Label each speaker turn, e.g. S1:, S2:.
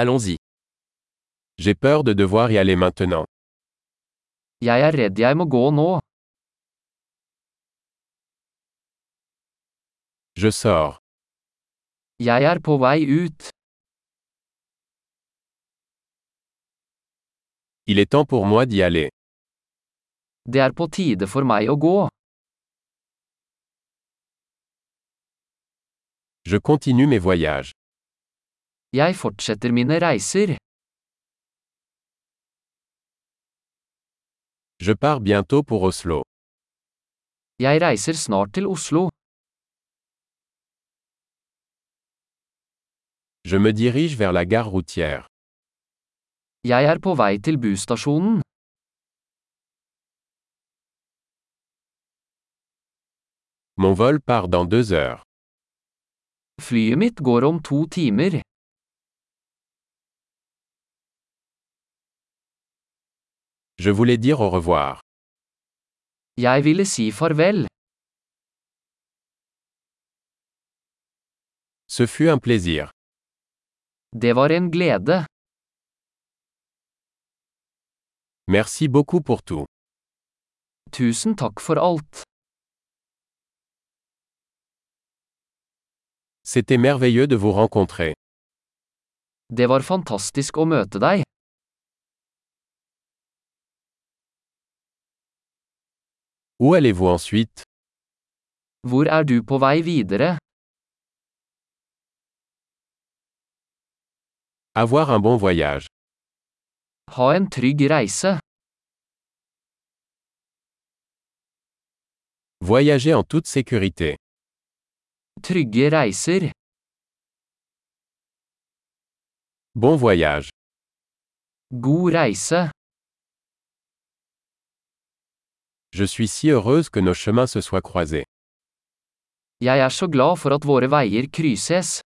S1: Allons-y.
S2: J'ai peur de devoir y aller maintenant.
S3: Jeg er redd jeg må gå nå.
S2: Je sors.
S3: Jeg er på vei ut.
S2: Il est temps pour moi d'y aller.
S3: Det er på tide for meg å gå.
S2: Je continue mes voyages.
S3: Jeg fortsetter mine reiser.
S2: Je pars bientôt pour Oslo.
S3: Jeg reiser snart til Oslo.
S2: Je me dirige vers la gare routière.
S3: Jeg er på vei til busstasjonen.
S2: Mon vol part dans deux heures.
S3: Flyet mitt går om to timer.
S2: Je voulais dire au revoir.
S3: Jeg ville si farvel.
S2: Ce fut un plaisir.
S3: Det var en glede.
S2: Merci beaucoup pour tout.
S3: Tusen takk for alt.
S2: C'était merveilleux de vous rencontrer.
S3: Det var fantastisk å møte deg.
S2: Où allez-vous ensuite
S3: Hvor er du på vei videre?
S2: Avoir un bon voyage.
S3: Ha en trygg reise.
S2: Voyager en toute sécurité.
S3: Trygge reiser.
S2: Bon voyage.
S3: God reise.
S2: Je suis si heureuse que nos chemins se soient croisés.
S3: Jeg er så glad for at våre veier krysses.